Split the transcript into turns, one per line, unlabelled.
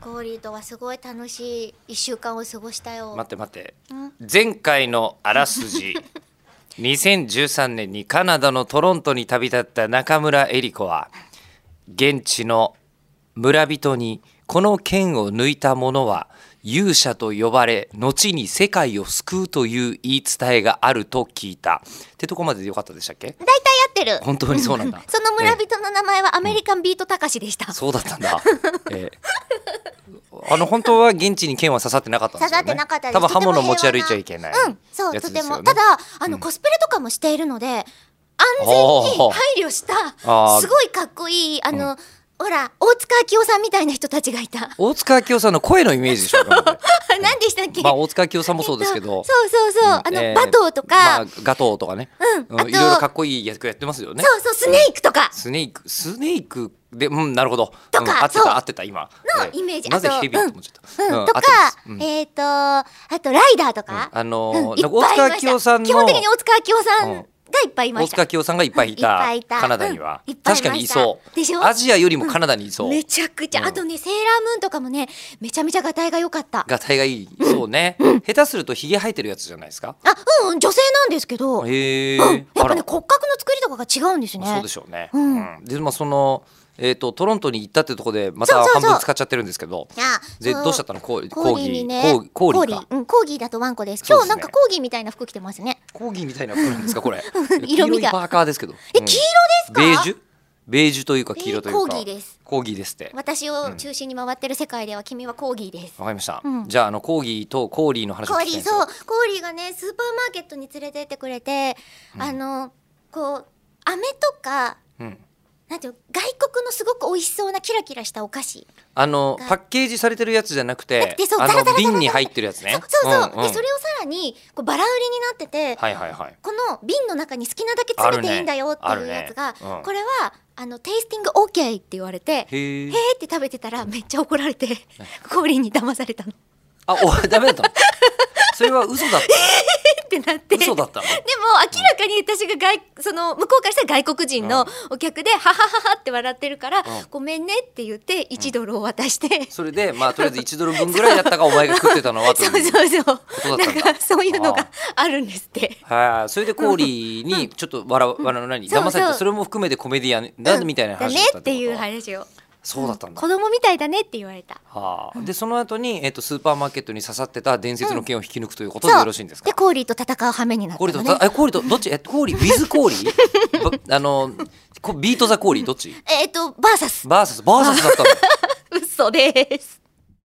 コーリーとはすごい楽しい一週間を過ごしたよ。
待って待って
ん
前回のあら すじ2013年にカナダのトロントに旅立った中村恵里子は現地の村人にこの剣を抜いた者は勇者と呼ばれ後に世界を救うという言い伝えがあると聞いたってとこまででよかったでしたっけ
大体合ってる。
本当にそうなんだ
その村
え
人の名前はアメリカンビートたかしでした。
えそうだったんだ、ええあの本当は現地に剣は刺さってなかったんです
刺
よ
さっ
ね
てなかったです。
多分刃物
とても
持ち
平和
歩いちゃいけない
うん、そう、
や
と
つで
て
すよ
も。
ね
ただ、あの、コスプレとかもしているので、安全に配慮した、
あー
すごいかっこいい、あの、ほら、大塚明夫さんみたいな人たちがいた。
大塚明夫さんの声のイメージ でしょうかこ
何でしたっけ
れまあ大塚明夫さんもそうですけど、
そうそうそう、あの、
えー
バトーとか、
まあ、ガトーとかね、
うんあと
いろいろかっこいい役やってますよね
そうそう、スネークとか
スネークスネークでうんなるほど
とか
うん合って
そう
た合ってた今
の
ええ
イメージ。
なぜ
あと
ヘビーと思っちゃった、
うん、
合
うん、
っ
と
て
か
ます、うん
えっ、と、あと、ライダーとか。
あの
うん
ーなんか大塚明夫さん
いっぱいいました基本的に
の
大塚明夫さんがいっぱいいま
大
した。
塚明夫さんがいっぱいい
うんいっぱ
た
いいた
カナダには、
うんいっぱいいま
確
した
かにいそ
でしょ
うアジアよりもカナダにいそう、
めちゃくちゃ、
うん
あとねセーラームーンとかもねめちゃめちゃがたいが良かったあ
がたいがいい、そうね、下手するとヒゲ生えてるやつじゃないですか
うんうん女性なんですけど、
へえ、
うん、やっ
あ
ぱ
ら
ね骨格の作りとかが違うんですね
そうでしょうね。
うん
うんでまあそのえっ、とトロントに行ったってとこでまた
そうそうそう
半分使っちゃってるんですけど。
あ
で
そ
どうしちゃったのコー
コーギーにね
コーコーギーか
うん、コーギーだとワンコです
そ
今日
うですね
なんかコーギーみたいな服着てますね。
コーギーみたいな服なんですかこれ
色味が
黄いパーカーですけど。
え、
うん
黄色ですか
ベージュベージュというか黄色というか。
えーコーギーです。
コーギーですって。
私を中心に回ってる世界では君はコーギーです
わかりました。
うん
じゃああのコーギーとコーリーの話を
コ
聞
ー
きた
リ
いん
ー
です
そう
よ
コーリーがねスーパーマーケットに連れてってくれて、
うん
あのこう飴とか
うん
なんていうの外国のすごく美味しそうなキラキラしたお菓子、
あの
が
パッケージされてるやつじゃなくて
くてそう
あ
ザラザラザラ
の
ザラ
瓶に入ってるやつね
そうそうそう、
んん
でそれをさらにこうバラ売りになってて、
はいはいはい
この瓶の中に好きなだけ詰めていいんだよって
あ
い
る
う
ね
やつが、
あるねうん
これはあのテイスティング OK って言われてへー
へえ
って食べてたらめっちゃ怒られてコーリーに騙されたの っ
あお ダメだったのそれは嘘だった
てなって
嘘だったの
でも明らかに私が外その向こうからしたら外国人のお客で「はははは」って笑ってるから
うん
「ごめんね」って言って1ドルを渡して。
それでまあとりあえず1ドル分ぐらいだったかお前が食ってたのはと
そ
いう
そうそう
とだった
なん
んだ
かそういうのがあるんですって
はい、それでコーリーにちょっと笑わ笑わない
そう
騙され
そう
てそれも含めてコメディアンだみたいな
だ
話
ね
だった
っ
っ
て
てこ
いう
とは
話を
そうだったんだ
子供みたいだねって言われた
はあでその後にえっとスーパーマーケットに刺さってた伝説の剣を引き抜くということで
そう
よろしいんですか
コーリーと戦う羽目になった
コー
の
リー
ね
とたえコーリーとどっちえコーリービズコーリーばあのこビートザコーリーどっち
えっとバーサス
バーサスバーサスだったの
嘘です